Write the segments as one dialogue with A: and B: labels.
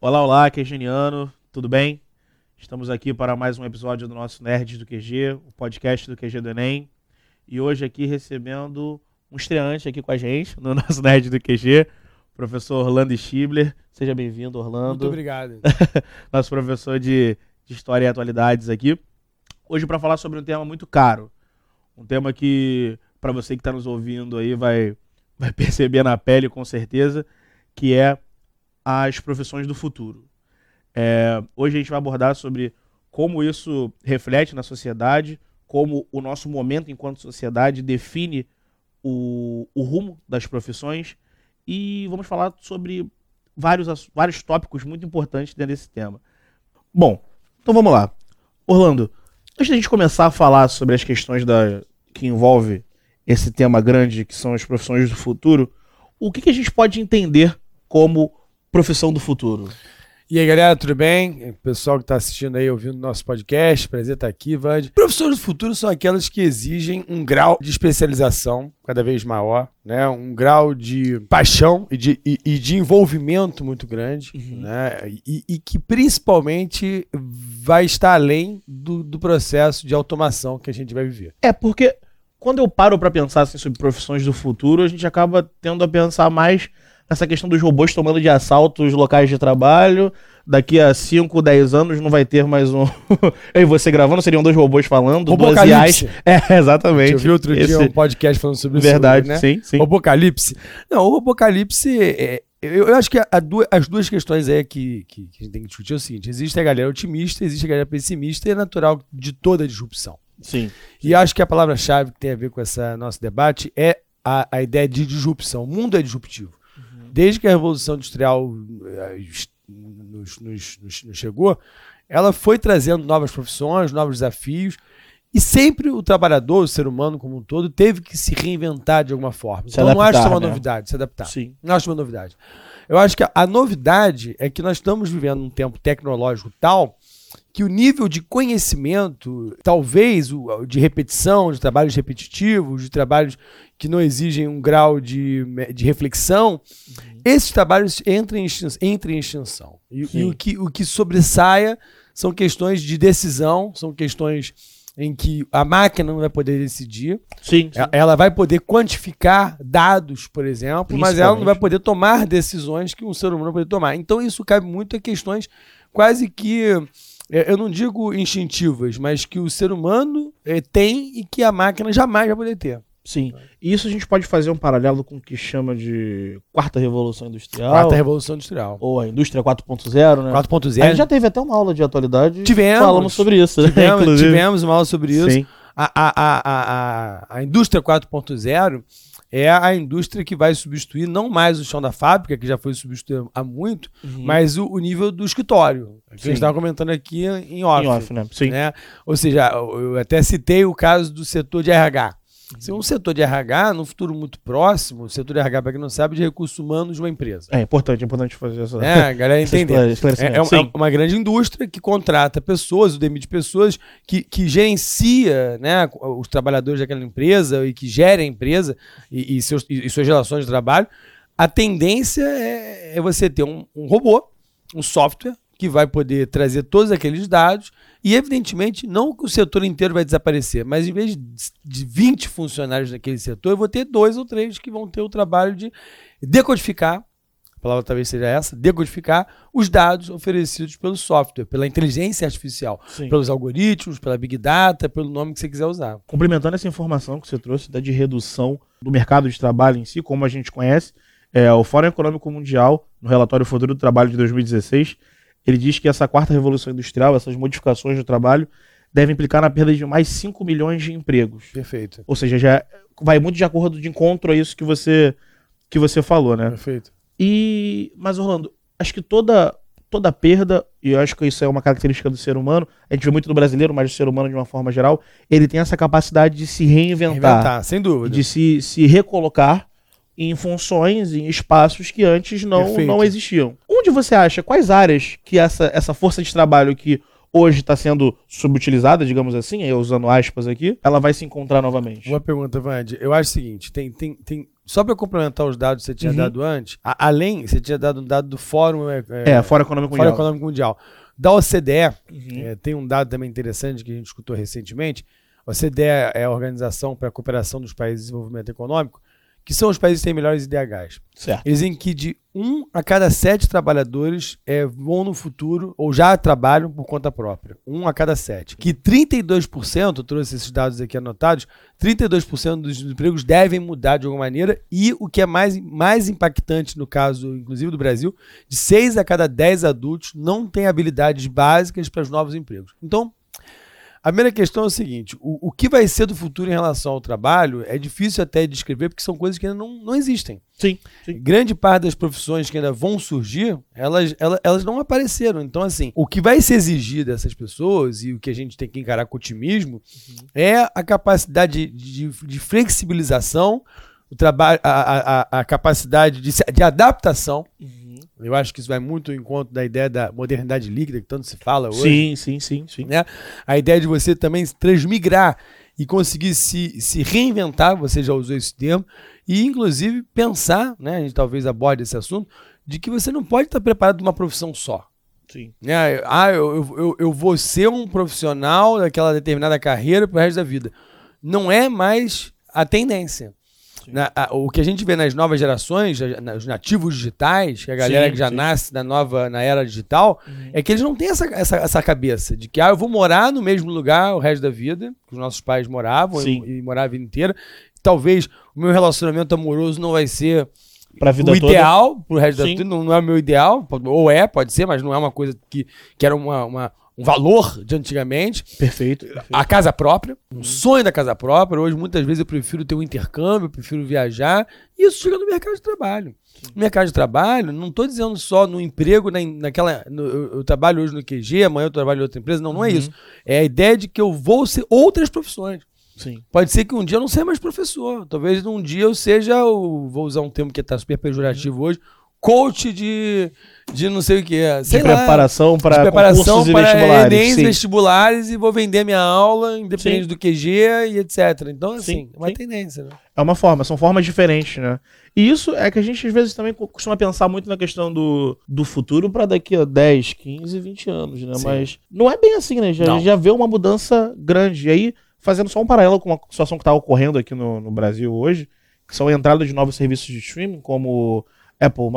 A: Olá, olá, Queijaniano, tudo bem? Estamos aqui para mais um episódio do nosso Nerd do QG, o podcast do QG do Enem. E hoje aqui recebendo um estreante aqui com a gente, no nosso Nerd do QG, o professor Orlando Schibler. Seja bem-vindo,
B: Muito
A: Orlando.
B: obrigado.
A: nosso professor de, de História e Atualidades aqui. Hoje para falar sobre um tema muito caro. Um tema que, para você que está nos ouvindo aí, vai, vai perceber na pele com certeza, que é as profissões do futuro. É, hoje a gente vai abordar sobre como isso reflete na sociedade, como o nosso momento enquanto sociedade define o, o rumo das profissões e vamos falar sobre vários, ass- vários tópicos muito importantes dentro desse tema. Bom, então vamos lá. Orlando, antes da gente começar a falar sobre as questões da, que envolve esse tema grande, que são as profissões do futuro, o que, que a gente pode entender como profissão do futuro?
B: E aí, galera, tudo bem? Pessoal que está assistindo aí, ouvindo nosso podcast, prazer estar aqui, Vande. Professores do futuro são aquelas que exigem um grau de especialização cada vez maior, né? Um grau de paixão e de, e- e de envolvimento muito grande,
A: Uhum.
B: né? E, e que principalmente vai estar além do, do processo de automação que a gente vai viver.
A: É, porque quando eu paro pra pensar assim, sobre profissões do futuro, a gente acaba tendo a pensar mais nessa questão dos robôs tomando de assalto os locais de trabalho. Daqui a 5, 10 anos não vai ter mais um. eu e você gravando, seriam dois robôs falando, duas IAs.
B: Robocalipse.
A: É, exatamente.
B: Eu vi outro dia
A: Esse-
B: um podcast falando sobre isso.
A: Verdade,
B: né?
A: sim, sim.
B: Robocalipse. Não, o Robocalipse. é- eu, eu acho que a du- as duas questões aí que, que, que a gente tem que discutir é o seguinte: existe a galera otimista, existe a galera pessimista, e é natural de toda disrupção.
A: Sim.
B: E acho que a palavra-chave que tem a ver com esse nosso debate é a, a ideia de disrupção. O mundo é disruptivo.
A: Uhum.
B: Desde que a Revolução Industrial eh, es- nos, nos- nos- nos chegou, ela foi trazendo novas profissões, novos desafios, e sempre o trabalhador, o ser humano como um todo, teve que se reinventar de alguma forma.
A: Se
B: então não
A: adaptar,
B: acho que é uma
A: né?
B: novidade, se adaptar.
A: Sim.
B: Não acho uma novidade. Eu acho que a, a novidade é que nós estamos vivendo um tempo tecnológico tal que o nível de conhecimento, talvez o, de repetição, de trabalhos repetitivos, de trabalhos que não exigem um grau de, de reflexão, esses trabalhos entram em extin- entram em extinção. E,
A: Sim.
B: e o, que, o que sobressaia são questões de decisão, são questões em que a máquina não vai poder decidir.
A: Sim.
B: E- É, Ela vai poder quantificar dados, por exemplo, mas ela não vai poder tomar decisões que um ser humano pode tomar. Então, isso cabe muito a questões quase que, eh, eu não digo instintivas, mas que o ser humano eh, tem e que a máquina jamais vai poder ter.
A: Sim. E isso a gente pode fazer um paralelo com o que chama de quarta revolução industrial.
B: Quarta Revolução Industrial.
A: Ou a indústria 4.0, né? A gente
B: 4.0.
A: já teve até uma aula de atualidade
B: Tivemos.
A: falamos sobre isso, né?
B: Tivemos,
A: Inclusive.
B: tivemos uma aula sobre isso.
A: Sim.
B: A, a, a, a, a, a indústria 4.0 é a indústria que vai substituir não mais o chão da fábrica, que já foi substituído há muito, mas o, o nível do escritório. Que
A: Uhum. Sim.
B: a gente estava comentando aqui em off.
A: Em off, né? Sim.
B: né? Ou seja, eu eu até citei o caso do setor de RH.
A: Uhum.
B: Se um setor de RH, num futuro muito próximo, o setor de RH, para quem não sabe, é de recursos humanos de uma empresa.
A: É importante, é importante fazer essa.
B: Né? a galera
A: esse
B: entender.
A: esclare-
B: É,
A: esclarecimento.
B: é uma,
A: Sim.
B: uma grande indústria que contrata pessoas, o demite pessoas, que, que gerencia né, os trabalhadores daquela empresa e que gera a empresa e, e seus- e- e suas relações de trabalho. A tendência é, é você ter um, um robô, um software, que vai poder trazer todos aqueles dados e, evidentemente, não que o setor inteiro vai desaparecer, mas em vez de, de 20 funcionários naquele setor, eu vou ter dois ou três que vão ter o trabalho de decodificar a palavra talvez seja essa, decodificar os dados oferecidos pelo software, pela inteligência artificial,
A: Sim.
B: pelos algoritmos, pela Big Data, pelo nome que você quiser usar.
A: Complementando essa informação que você trouxe da de redução do mercado de trabalho em si, como a gente conhece, é, o Fórum Econômico Mundial, no relatório Futuro do Trabalho de 2016, ele diz que essa quarta revolução industrial, essas modificações do trabalho, devem implicar na perda de mais 5 milhões de empregos.
B: Perfeito.
A: Ou seja, já vai muito de acordo de encontro a isso que você, que você falou,
B: É.
A: né?
B: Perfeito.
A: E mas Orlando, acho que toda toda perda, e eu acho que isso é uma característica do ser humano, a gente vê muito do brasileiro, mas o ser humano de uma forma geral, ele tem essa capacidade de se reinventar,
B: Inventar, sem
A: e
B: dúvida.
A: de se, se recolocar em funções, em espaços que antes não,
B: Perfeito.
A: não existiam. Onde você acha, quais áreas que essa, essa força de trabalho que hoje está sendo subutilizada, digamos assim, eu usando aspas aqui, ela vai se encontrar novamente.
B: Uma pergunta, Vand. Eu acho o seguinte: tem, tem, tem... só para complementar os dados que você tinha
A: Uhum.
B: dado antes, a- além, você tinha dado um dado do Fórum é, é,
A: É, fora econômico
B: Fórum
A: mundial.
B: Econômico Mundial. Da OCDE,
A: Uhum.
B: É, tem um dado também interessante que a gente escutou recentemente. A OCDE é a Organização para a Cooperação dos Países de Desenvolvimento Econômico, que são os países que têm melhores IDHs.
A: Certo.
B: Eles em que de um a cada sete trabalhadores é, vão no futuro ou já trabalham por conta própria. Um a cada sete. Que 32%, eu trouxe esses dados aqui anotados, 32% dos empregos devem mudar de alguma maneira e o que é mais, mais impactante no caso, inclusive, do Brasil, de seis a cada dez adultos não têm habilidades básicas para os novos empregos. Então, a primeira questão é o seguinte: o, o que vai ser do futuro em relação ao trabalho é difícil até descrever, porque são coisas que ainda não, não existem
A: Sim, sim.
B: grande parte das profissões que ainda vão surgir, elas, ela- elas, não apareceram. Então, assim, o que vai se exigir dessas pessoas e o que a gente tem que encarar com otimismo é a capacidade de, de- de flexibilização, o trabalho, a, a- a- a capacidade de, se- de adaptação. Eu acho que isso vai muito em conta da ideia da modernidade líquida que tanto se fala hoje
A: Sim, sim, sim, sim.
B: né? A ideia de você também se transmigrar e conseguir se, se reinventar, você já usou esse termo, e inclusive pensar, né? A gente talvez aborde esse assunto, de que você não pode estar preparado para uma profissão só.
A: sim.
B: Né? Ah, eu, eu, eu, eu vou ser um profissional daquela determinada carreira pro resto da vida. Não é mais a tendência.
A: Sim.
B: Na- a- o que a gente vê nas novas gerações, a- na- os nativos digitais, que é a galera
A: Sim,
B: que já
A: sim. Uhum.
B: nasce na nova na era digital, é que eles não têm essa, essa, essa cabeça de que ah, eu vou morar no mesmo lugar o resto da vida, que os nossos pais moravam
A: Sim.
B: e, e moravam a vida inteira. Talvez o meu relacionamento amoroso não vai ser
A: Pra vida
B: o
A: toda.
B: ideal pro resto da
A: Sim.
B: vida não, não é o meu ideal, pode- ou é, pode ser, mas não é uma coisa que, que era uma, uma- um valor de antigamente.
A: Perfeito. perfeito.
B: A casa própria, um sonho da casa própria. Hoje, muitas vezes, eu prefiro ter um intercâmbio, eu prefiro viajar. E isso chega no mercado de trabalho. No mercado de trabalho, não estou dizendo só no emprego, na, naquela. no- eu, eu trabalho hoje no QG, amanhã eu trabalho em outra empresa. Não,
A: Uhum.
B: não é isso. É a ideia de que eu vou ser outras profissões.
A: Sim.
B: Pode ser que um dia eu não seja mais professor. Talvez um dia eu seja, o, vou usar um termo que está super pejorativo hoje, coach de, de não sei o que. é. Sei
A: de
B: lá,
A: preparação
B: de
A: para
B: preparação
A: concursos e
B: para
A: vestibulares.
B: ENEMs,
A: sim.
B: vestibulares e vou vender minha aula, independente
A: Sim.
B: do QG e etc. Então, assim,
A: Sim,
B: é uma
A: sim.
B: tendência. Né?
A: É uma forma, são formas diferentes, né? E isso é que a gente às vezes também co- costuma pensar muito na questão do, do futuro para daqui a 10, 15, 20 anos, né?
B: Sim.
A: Mas não é bem assim, né? Já,
B: Não.
A: a gente já vê uma mudança grande. E aí, fazendo só um paralelo com a situação que está ocorrendo aqui no, no Brasil hoje, que são a entrada de novos serviços de streaming, como Apple,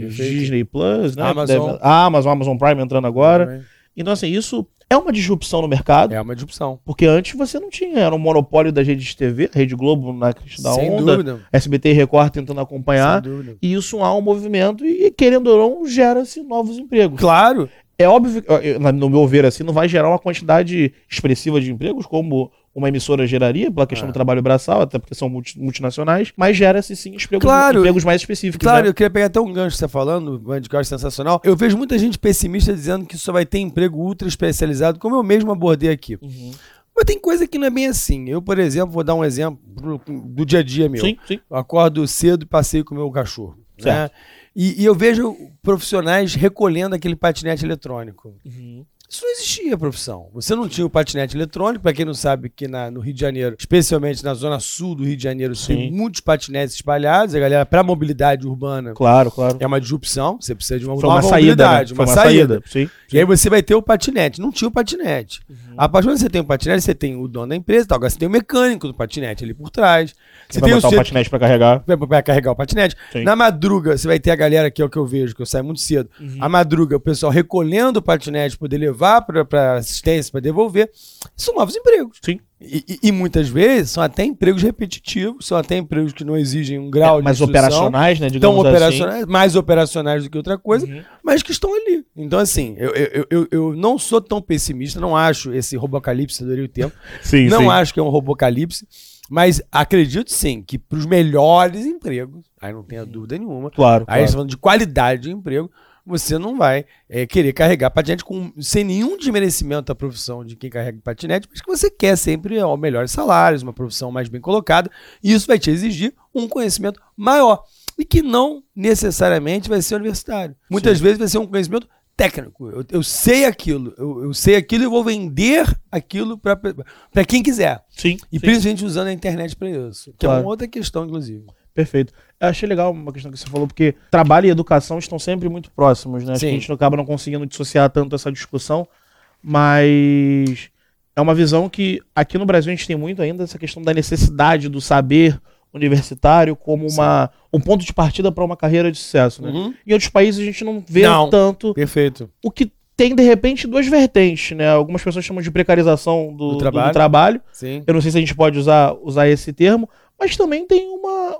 B: Perfeito.
A: Disney Plus, né?
B: Amazon.
A: Deve- a Amazon, Amazon Prime entrando agora. Então, assim, isso é uma disrupção no mercado.
B: É uma disrupção.
A: Porque antes você não tinha, era um monopólio das redes de TV, Rede Globo na crista da
B: Sem
A: onda,
B: dúvida.
A: SBT e Record tentando acompanhar.
B: Sem dúvida.
A: E isso há um movimento e, querendo ou não, gera-se novos empregos.
B: Claro.
A: É óbvio que, ó, eu, na- no meu ver, assim, não vai gerar uma quantidade expressiva de empregos, como uma emissora geraria, pela questão
B: É.
A: do trabalho braçal, até porque são multi- multinacionais, mas gera-se sim empregos,
B: Claro.
A: empregos mais específicos.
B: Claro,
A: né?
B: eu queria pegar até um gancho que você tá falando, Band, que eu acho sensacional. Eu vejo muita gente pessimista dizendo que só vai ter emprego ultra especializado, como eu mesmo abordei aqui.
A: Uhum.
B: Mas tem coisa que não é bem assim. Eu, por exemplo, vou dar um exemplo pro- do dia a dia meu.
A: Sim, sim.
B: Eu acordo cedo e passeio com o meu cachorro. Né?
A: Certo.
B: E, e eu vejo profissionais recolhendo aquele patinete eletrônico.
A: Uhum.
B: Isso não existia profissão. Você não tinha o patinete eletrônico, para quem não sabe que na- no Rio de Janeiro, especialmente na zona sul do Rio de Janeiro, tem
A: Sim.
B: muitos patinetes espalhados. A galera, para mobilidade urbana,
A: Claro, claro.
B: é uma disrupção. Você precisa de uma,
A: Foi uma
B: nova
A: saída, né?
B: mobilidade,
A: Foi uma saída. Sim.
B: e aí você vai ter o patinete. Não tinha o patinete. A partir do momento que você tem o patinete, você tem o dono da empresa, e tal. agora você tem o mecânico do patinete ali por trás. Você
A: Você vai
B: tem o
A: botar o
B: sujeito
A: patinete pra carregar.
B: vai- vai carregar o patinete.
A: Sim.
B: Na madruga, você vai ter a galera que é o que eu vejo, que eu saio muito cedo. A madruga, o pessoal recolhendo o patinete, poder levar pra- pra assistência, pra devolver. São novos empregos.
A: Sim.
B: E, e- e muitas vezes são até empregos repetitivos, são até empregos que não exigem um grau de
A: mais
B: instrução,
A: operacionais, né?
B: Tão
A: Digamos assim.
B: Então, operacionais, mais operacionais do que outra coisa
A: Uhum.
B: mas que estão ali. Então, assim, eu, eu, eu, eu não sou tão pessimista, não acho esse robocalipse, adorei o tempo,
A: Sim,
B: não
A: sim.
B: acho que é um robocalipse, mas acredito sim que para os melhores empregos, aí não
A: Uhum.
B: tenha dúvida nenhuma,
A: Claro,
B: aí
A: claro.
B: estamos falando de qualidade de emprego, você não vai eh, querer carregar patinete com, sem nenhum desmerecimento da profissão de quem carrega patinete, mas que você quer sempre ó, melhores salários, uma profissão mais bem colocada, e isso vai te exigir um conhecimento maior. E que não necessariamente vai ser universitário. Muitas vezes vai ser um conhecimento técnico. Eu, eu sei aquilo. Eu, eu sei aquilo e eu vou vender aquilo para quem quiser.
A: Sim.
B: E principalmente usando a internet para isso. Que é
A: Claro.
B: uma outra questão, inclusive.
A: Perfeito. Eu achei legal uma questão que você falou, porque trabalho e educação estão sempre muito próximos, né? Acho que a
B: Sim.
A: gente acaba não conseguindo dissociar tanto essa discussão, mas é uma visão que aqui no Brasil a gente tem muito ainda essa questão da necessidade do saber universitário como uma, um ponto de partida para uma carreira de sucesso, né? Em outros países a gente não vê
B: Uhum. Não.
A: tanto
B: Perfeito.
A: o que tem de repente duas vertentes, né? Algumas pessoas chamam de precarização do,
B: Do
A: do
B: trabalho.
A: trabalho.
B: Sim.
A: Eu não sei se a gente pode usar, usar esse termo, mas também tem uma,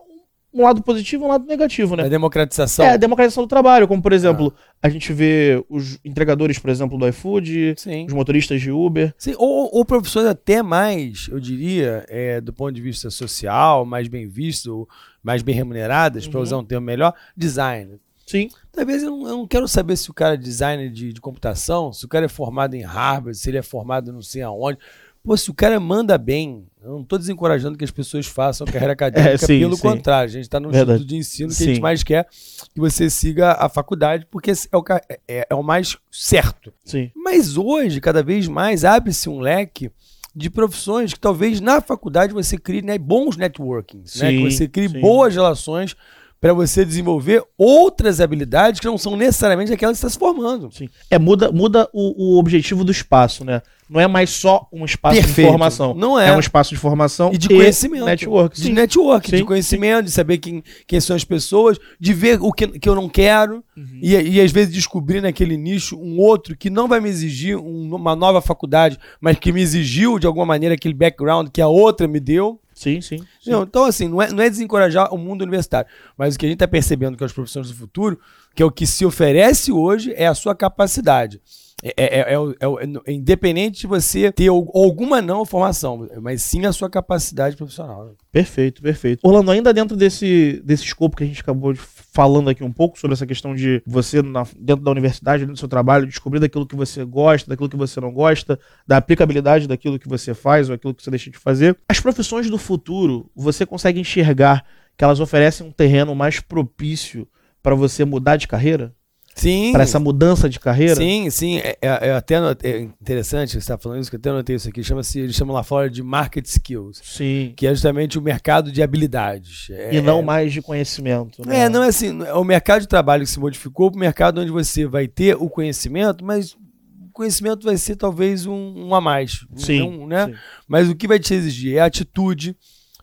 A: um lado positivo e um lado negativo,
B: A
A: né?
B: democratização.
A: É, a democratização do trabalho, como por exemplo,
B: Ah.
A: a gente vê os entregadores, por exemplo, do iFood,
B: Sim.
A: os motoristas de Uber.
B: Sim, ou, ou profissões é até mais, eu diria, é, do ponto de vista social, mais bem visto, ou mais bem remuneradas, para
A: Uhum.
B: usar um termo melhor, design.
A: Sim,
B: Talvez eu não, eu não quero saber se o cara é designer de, de computação, se o cara é formado em Harvard, se ele é formado não sei aonde. Pô, se o cara manda bem, eu não estou desencorajando que as pessoas façam carreira acadêmica,
A: É, sim,
B: pelo
A: sim.
B: contrário, a gente está num
A: Verdade.
B: instituto de ensino que a
A: Sim.
B: gente mais quer que você siga a faculdade, porque esse é o ca- é- é o mais certo.
A: sim.
B: Mas hoje, cada vez mais, abre-se um leque de profissões que talvez na faculdade você crie né, bons networkings, né?
A: Sim,
B: que você crie
A: sim.
B: boas relações para você desenvolver outras habilidades que não são necessariamente aquelas que você está se formando.
A: Sim. É, muda, muda o, o objetivo do espaço, né? Não é mais só um espaço de
B: Perfeito.
A: formação.
B: Não
A: é.
B: é.
A: um espaço de formação
B: E de conhecimento.
A: network.
B: De network,
A: Sim,
B: de conhecimento, de saber quem, quem são as pessoas, de ver o que, que eu não quero.
A: Uhum.
B: E, e às vezes descobrir naquele nicho um outro que não vai me exigir um- uma nova faculdade, mas que me exigiu de alguma maneira aquele background que a outra me deu.
A: Sim, sim. sim.
B: Não, então, assim, não é, não é desencorajar o mundo universitário. Mas o que a gente está percebendo que as profissões do futuro, que é o que se oferece hoje, é a sua capacidade. É, é- é- é o- é o- é no- é independente de você ter al- alguma não formação, mas sim a sua capacidade profissional.
A: Perfeito, perfeito. Orlando, ainda dentro desse, desse escopo que a gente acabou de falando aqui um pouco, sobre essa questão de você, na- dentro da universidade, dentro do seu trabalho, descobrir daquilo que você gosta, daquilo que você não gosta, da aplicabilidade daquilo que você faz ou aquilo que você deixa de fazer. As profissões do futuro, você consegue enxergar que elas oferecem um terreno mais propício para você mudar de carreira?
B: Sim.
A: Para essa mudança de carreira?
B: Sim, sim. É, é- é até no- é interessante você estar falando isso, que eu até notei isso aqui. Chama-se, eles chamam lá fora de market skills,
A: Sim.
B: que é justamente o mercado de habilidades. É-
A: E não mais de conhecimento. né?
B: É, não é assim. É o mercado de trabalho que se modificou para o mercado onde você vai ter o conhecimento, mas o conhecimento vai ser talvez um, um a mais.
A: Sim,
B: Não, né?
A: sim.
B: Mas o que vai te exigir é atitude,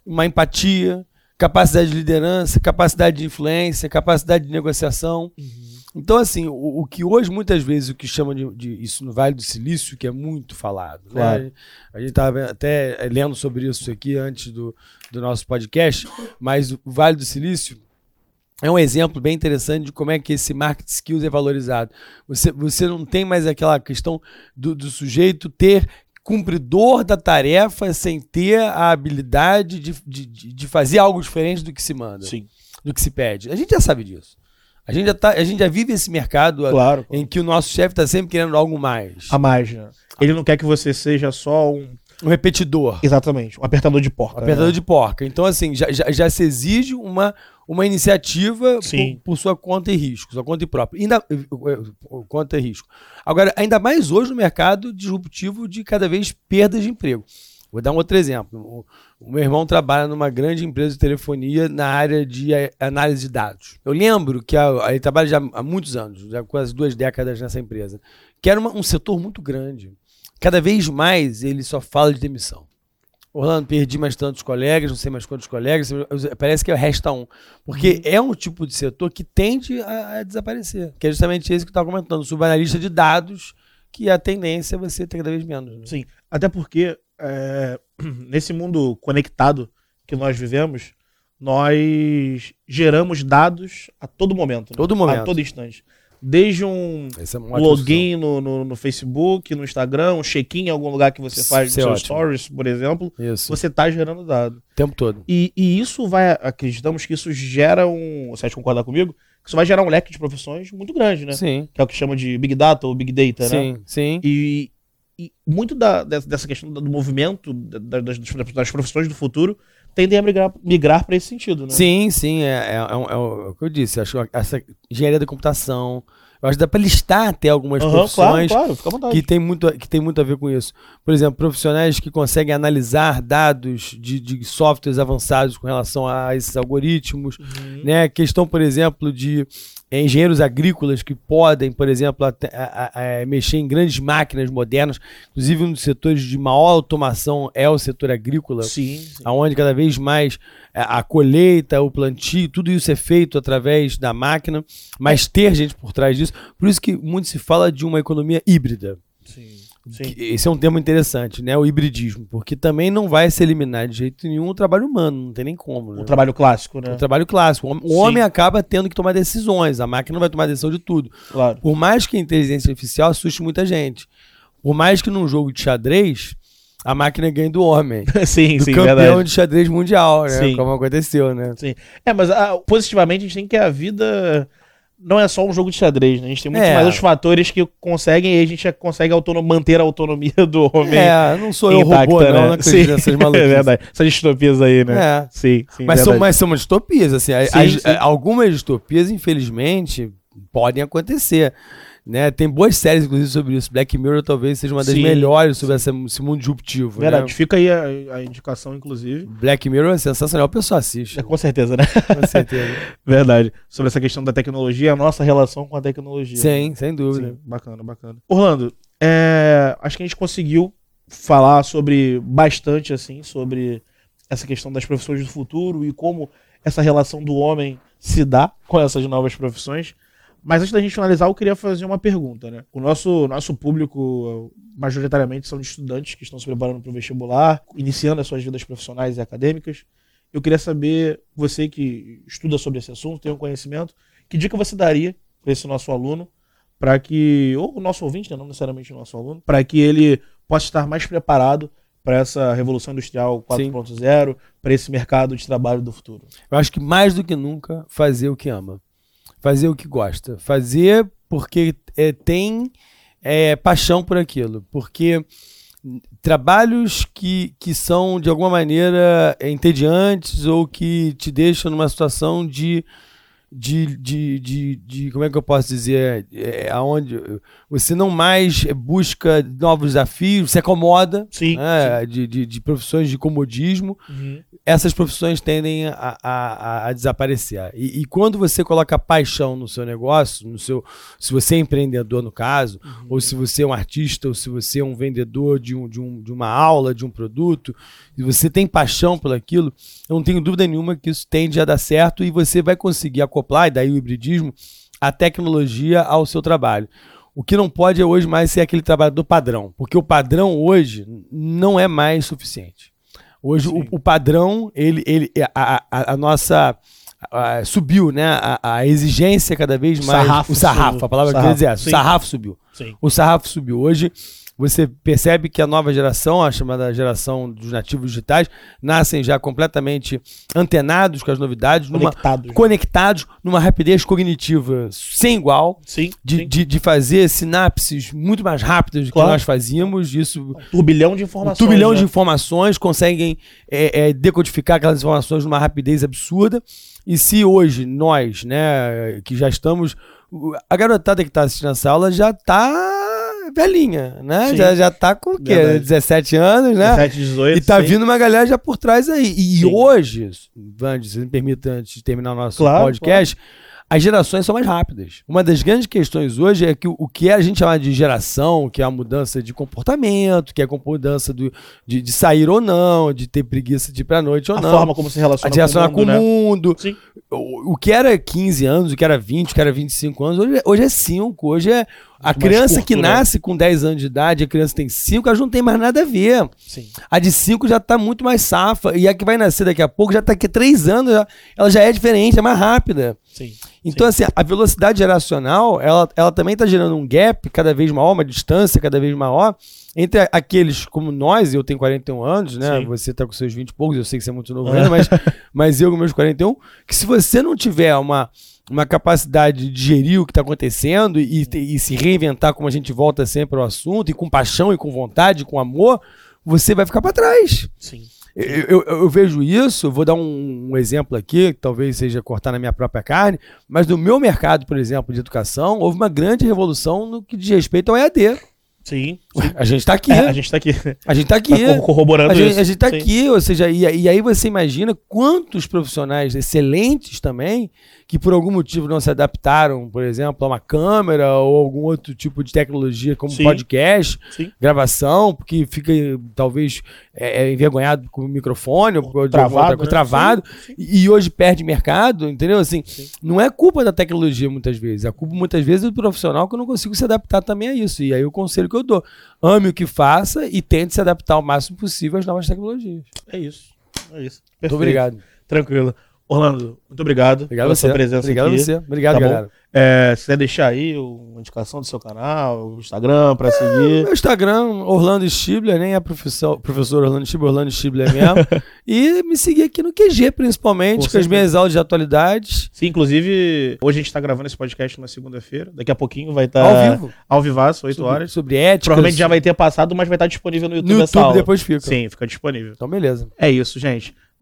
B: uma empatia, capacidade de liderança, capacidade de influência, capacidade de negociação. Então, assim, o, o que hoje, muitas vezes, o que chamam de, de- isso no Vale do Silício, que é muito falado.
A: Claro.
B: Né? A gente estava até eh, lendo sobre isso aqui antes do, do nosso podcast, mas o Vale do Silício é um exemplo bem interessante de como é que esse market skills é valorizado. Você, você não tem mais aquela questão do, do sujeito ter cumpridor da tarefa sem ter a habilidade de, de, de de fazer algo diferente do que se manda
A: Sim.
B: do que se pede. A gente já sabe disso. A gente já, tá, a gente já vive esse mercado a-
A: Claro.
B: em que o nosso chefe está sempre querendo algo mais.
A: A mais, né? Ele não quer que você seja só um
B: Um repetidor,
A: Exatamente, um apertador de porta.
B: um apertador
A: né?
B: de porca. Então, assim, já, já, já se exige uma, uma iniciativa
A: Sim.
B: por, por sua conta e risco, sua conta e própria. Ainda, eh, eh, conta e risco. Agora, ainda mais hoje no mercado disruptivo de cada vez perdas de emprego. Vou dar um outro exemplo. O, o meu irmão trabalha numa grande empresa de telefonia na área de eh, análise de dados. Eu lembro que a- ele trabalha já há muitos anos, já quase duas décadas nessa empresa, que era uma- um setor muito grande. Cada vez mais ele só fala de demissão. Orlando, perdi mais tantos colegas, não sei mais quantos colegas, parece que resta um. Porque é um tipo de setor que tende a, a desaparecer. Que é justamente esse que eu estava comentando, subanalista de dados, que a tendência é você ter cada vez menos. né?
A: Sim. Até porque, é, nesse mundo conectado que nós vivemos, nós geramos dados a todo momento. né?
B: Todo momento.
A: A todo instante. Desde um
B: Essa é uma ótima
A: login no, no- no Facebook, no Instagram, um check-in em algum lugar que você
B: Isso
A: faz nos
B: é
A: seus
B: ótimo.
A: stories, por exemplo,
B: solução. Isso,
A: você está gerando dado.
B: o tempo todo.
A: E, e isso vai, acreditamos que isso gera um, você vai concordar comigo? Que isso vai gerar um leque de profissões muito grande, né?
B: Sim,
A: Que é o que chama de Big Data ou Big Data, né?
B: sim, sim.
A: E, e muito da- dessa dessa questão do movimento da- das, das profissões do futuro tendem a migrar, migrar para esse sentido, né?
B: Sim, sim, é, é- é um- é o é o que eu disse. Acho que essa engenharia da computação, Eu acho que dá pra listar até algumas
A: Aham, claro,
B: profissões
A: claro, fica à vontade.
B: que tem, muito, que tem muito a ver com isso. Por exemplo, profissionais que conseguem analisar dados de, de softwares avançados com relação a esses algoritmos. Né? Questão, por exemplo, de eh, engenheiros agrícolas que podem, por exemplo, ate- a- a- a- mexer em grandes máquinas modernas. Inclusive, um dos setores de maior automação é o setor agrícola
A: Sim, sim.
B: aonde cada vez mais eh, a a colheita, o plantio, tudo isso é feito através da máquina, mas ter gente por trás disso. Por isso que muito se fala de uma economia híbrida.
A: sim.
B: Que Esse é um tema interessante, né? O hibridismo, porque também não vai se eliminar de jeito nenhum o trabalho humano, não tem nem como. Né?
A: Um trabalho clássico, né?
B: O trabalho clássico. O hom-
A: Sim.
B: o homem acaba tendo que tomar decisões, a máquina não vai tomar decisão de tudo.
A: Claro.
B: Por mais que a inteligência artificial assuste muita gente, por mais que num jogo de xadrez a máquina ganhe do homem
A: sim,
B: do
A: sim,
B: campeão
A: verdade.
B: de xadrez mundial, né?
A: Sim.
B: Como aconteceu, né?
A: É, mas ah, positivamente a gente tem que a vida não é só um jogo de xadrez, né? A gente tem muito
B: É.
A: mais os fatores que conseguem e a gente é, consegue autono- manter a autonomia do homem
B: É, não sou eu
A: intacta,
B: robô, não,
A: né?
B: não acredito nessas maluquices.
A: é verdade. Essas distopias aí, né?
B: É.
A: Sim, sim,
B: Mas, são,
A: verdade.
B: mas são umas distopias, assim. as-
A: Sim,
B: as-
A: sim.
B: Algumas distopias, infelizmente, podem acontecer. Né? Tem boas séries, inclusive, sobre isso. Black Mirror talvez seja uma das
A: Sim.
B: melhores sobre essa- esse mundo disruptivo. né?
A: Verdade. Fica aí a, a indicação, inclusive.
B: Black Mirror é sensacional, o pessoal assiste.
A: É, com certeza, né?
B: Com certeza.
A: Verdade. Sobre essa questão da tecnologia, a nossa relação com a tecnologia.
B: Sim, sem dúvida.
A: Sim, bacana, bacana. Orlando, é, acho que a gente conseguiu falar sobre bastante assim sobre essa questão das profissões do futuro e como essa relação do homem se dá com essas novas profissões. Mas antes da gente finalizar, eu queria fazer uma pergunta, né? O nosso, nosso público eh, majoritariamente são de estudantes que estão se preparando para o vestibular, iniciando as suas vidas profissionais e acadêmicas. Eu queria saber, você que estuda sobre esse assunto, tem um conhecimento, que dica você daria para esse nosso aluno para que ou o nosso ouvinte, né, não necessariamente o nosso aluno, para que ele possa estar mais preparado para essa revolução industrial 4.0, para esse mercado de trabalho do futuro.
B: Eu acho que mais do que nunca, fazer o que ama. Fazer o que gosta. Fazer porque é, tem é, paixão por aquilo. Porque hum, trabalhos que, que são, de alguma maneira, é, entediantes ou que te deixam numa situação de. De, de, de, de- como é que eu posso dizer é, aonde você não mais busca novos desafios se acomoda
A: Sim. Uhum.
B: né, de- de, de profissões de comodismo essas profissões tendem a, a- a- a desaparecer. E, e quando você coloca paixão no seu negócio, no seu, se você é empreendedor, no caso, ou se você é um artista, ou se você é um vendedor de, um- de um- de uma aula, de um produto, e você tem paixão por aquilo, eu não tenho dúvida nenhuma que isso tende a dar certo e você vai conseguir acoplar, e daí o hibridismo, a tecnologia ao seu trabalho. O que não pode é hoje mais ser aquele trabalho do padrão, porque o padrão hoje não é mais suficiente. Hoje o,
A: Sim.
B: o padrão, ele, ele, é, a, a- a nossa. a- subiu, né? A, a exigência é cada vez
A: O
B: mais.
A: sarrafo
B: o sarrafo,
A: subiu.
B: a palavra que eu
A: Sarrafo,
B: queria dizer é essa.
A: sim.
B: O sarrafo subiu.
A: Sim.
B: O sarrafo subiu. Hoje você percebe que a nova geração, a chamada geração dos nativos digitais, nascem já completamente antenados com as novidades, numa-
A: Conectados. né?
B: conectados numa rapidez cognitiva sem igual.
A: Sim.
B: De,
A: sim.
B: de, de fazer sinapses muito mais rápidas do
A: Claro.
B: que nós fazíamos, isso
A: Um turbilhão de
B: um
A: informações.
B: turbilhão
A: né?
B: de informações, conseguem é, é, decodificar aquelas informações numa rapidez absurda. E se hoje nós, né, que já estamos. o- A garotada que está assistindo essa aula já está velhinha, né?
A: Sim.
B: Já, já tá com o quê?
A: Verdade.
B: 17 anos, né?
A: 17, 18.
B: E tá
A: sim.
B: vindo uma galera já por trás aí. E
A: Sim.
B: hoje, Vandes, se me permita antes de terminar o nosso
A: Claro,
B: podcast, as gerações são mais rápidas. Uma das grandes questões hoje é que o, o que a gente chama de geração, que é a mudança de comportamento, que é a mudança do- de, de sair ou não, de ter preguiça de ir pra noite ou
A: A
B: não.
A: forma como se
B: a
A: relaciona
B: de relacionar com o
A: né?
B: mundo.
A: Sim.
B: O, o que era 15 anos, o que era 20, o que era 25 anos, hoje, é- hoje é 5. Hoje é. A
A: mais
B: criança
A: curto,
B: que
A: né?
B: nasce com 10 anos de idade, a criança tem 5, elas não tem mais nada a ver.
A: Sim.
B: A de 5 já tá muito mais safa. E a que vai nascer daqui a pouco já tá aqui há 3 anos. já- ela já é diferente, é mais rápida.
A: Sim.
B: Então, assim, a velocidade geracional, ela, ela também tá gerando um gap cada vez maior, uma distância cada vez maior, entre a- aqueles como nós, eu tenho 41 anos, né?
A: Sim.
B: Você tá com seus 20 e poucos, eu sei que você é muito novo ainda, mas, mas eu com meus 41, que se você não tiver uma, uma capacidade de digerir o que tá acontecendo e, te- e se reinventar, como a gente volta sempre ao assunto, e com paixão, e com vontade, e com amor, você vai ficar para trás.
A: Sim.
B: Eu, eu, eu vejo isso, vou dar um, um exemplo aqui, que talvez seja cortar na minha própria carne, mas no meu mercado, por exemplo, de educação, houve uma grande revolução no que diz respeito ao EAD.
A: Sim.
B: A gente está aqui.
A: É, a gente tá aqui.
B: A gente está aqui.
A: Tá co- corroborando
B: A gente,
A: isso.
B: a gente tá
A: Sim.
B: aqui, ou seja, e, e aí você imagina quantos profissionais excelentes também, que por algum motivo não se adaptaram, por exemplo, a uma câmera ou algum outro tipo de tecnologia, como
A: Sim.
B: podcast,
A: Sim.
B: gravação, porque fica talvez é, é, envergonhado com o microfone, ou com
A: Travado,
B: outra coisa,
A: né?
B: travado e, e hoje perde mercado, entendeu? Assim, não é culpa da tecnologia muitas vezes, é culpa muitas vezes do profissional que eu não consigo se adaptar também a isso. E aí o conselho que eu dou, ame o que faça e tente se adaptar ao máximo possível às novas tecnologias.
A: É isso. É isso.
B: Muito
A: Perfeito.
B: obrigado.
A: Tranquilo. Orlando, muito obrigado,
B: Obrigado a
A: pela
B: você.
A: sua presença
B: Obrigado
A: aqui.
B: a você. Obrigado,
A: Tá bom?
B: galera.
A: É, se quiser deixar aí uma indicação do seu canal, o Instagram pra seguir.
B: Meu Instagram, Orlando Stibler, nem é profissão, professor Orlando Stibler, Orlando Stibler mesmo. e me seguir aqui no QG,
A: Com
B: principalmente, com as
A: certeza.
B: minhas aulas de atualidades,
A: Sim, inclusive, hoje a gente tá gravando esse podcast na segunda-feira. Daqui a pouquinho vai estar
B: ao vivo,
A: ao vivaço, 8
B: sobre,
A: horas.
B: sobre ética.
A: Provavelmente já vai ter passado, mas vai estar disponível no
B: no
A: YouTube,
B: YouTube,
A: essa aula.
B: depois fica.
A: Sim, fica disponível.
B: Então, beleza.
A: É isso, gente.